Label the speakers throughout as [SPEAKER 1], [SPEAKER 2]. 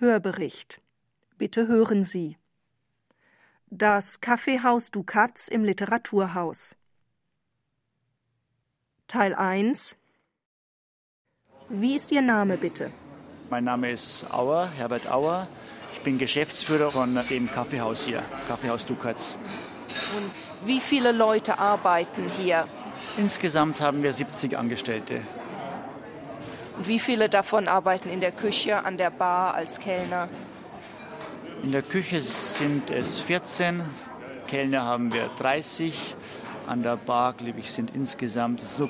[SPEAKER 1] Hörbericht. Bitte hören Sie. Das Kaffeehaus Dukatz im Literaturhaus. Teil 1. Wie ist Ihr Name bitte?
[SPEAKER 2] Mein Name ist Auer, Herbert Auer. Ich bin Geschäftsführer von dem Kaffeehaus hier, Kaffeehaus Dukatz.
[SPEAKER 1] Und wie viele Leute arbeiten hier?
[SPEAKER 2] Insgesamt haben wir 70 Angestellte.
[SPEAKER 1] Und wie viele davon arbeiten in der Küche, an der Bar, als Kellner?
[SPEAKER 2] In der Küche sind es 14, Kellner haben wir 30, an der Bar, glaube ich, sind insgesamt so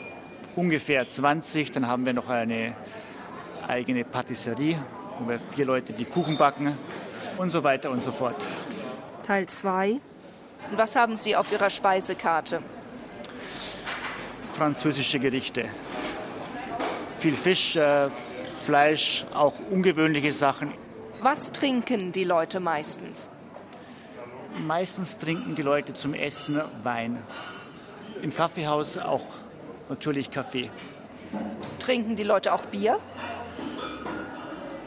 [SPEAKER 2] ungefähr 20. Dann haben wir noch eine eigene Patisserie, wo wir vier Leute die Kuchen backen und so weiter und so fort.
[SPEAKER 1] Teil 2. Und was haben Sie auf Ihrer Speisekarte?
[SPEAKER 2] Französische Gerichte. Viel Fisch, äh, Fleisch, auch ungewöhnliche Sachen.
[SPEAKER 1] Was trinken die Leute meistens?
[SPEAKER 2] Meistens trinken die Leute zum Essen Wein. Im Kaffeehaus auch natürlich Kaffee.
[SPEAKER 1] Trinken die Leute auch Bier?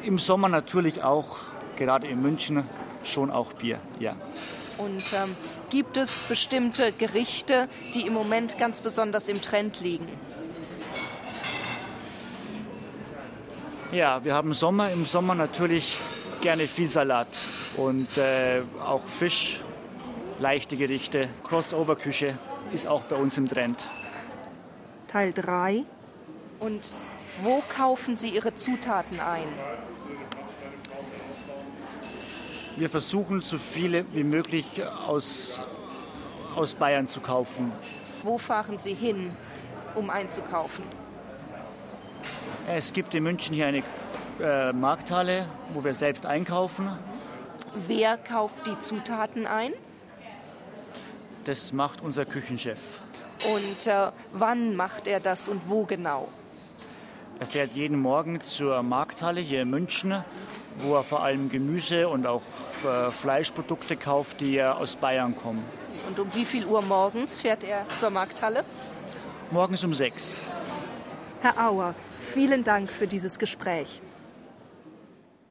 [SPEAKER 2] Im Sommer natürlich auch, gerade in München schon auch Bier, ja.
[SPEAKER 1] Und ähm, gibt es bestimmte Gerichte, die im Moment ganz besonders im Trend liegen?
[SPEAKER 2] Ja, wir haben Sommer. Im Sommer natürlich gerne viel Salat und äh, auch Fisch, leichte Gerichte. Crossover-Küche ist auch bei uns im Trend.
[SPEAKER 1] Teil 3. Und wo kaufen Sie Ihre Zutaten ein?
[SPEAKER 2] Wir versuchen, so viele wie möglich aus, aus Bayern zu kaufen.
[SPEAKER 1] Wo fahren Sie hin, um einzukaufen?
[SPEAKER 2] Es gibt in München hier eine äh, Markthalle, wo wir selbst einkaufen.
[SPEAKER 1] Wer kauft die Zutaten ein?
[SPEAKER 2] Das macht unser Küchenchef.
[SPEAKER 1] Und äh, wann macht er das und wo genau?
[SPEAKER 2] Er fährt jeden Morgen zur Markthalle hier in München, wo er vor allem Gemüse und auch äh, Fleischprodukte kauft, die äh, aus Bayern kommen.
[SPEAKER 1] Und um wie viel Uhr morgens fährt er zur Markthalle?
[SPEAKER 2] Morgens um sechs.
[SPEAKER 1] Herr Auer, vielen Dank für dieses Gespräch.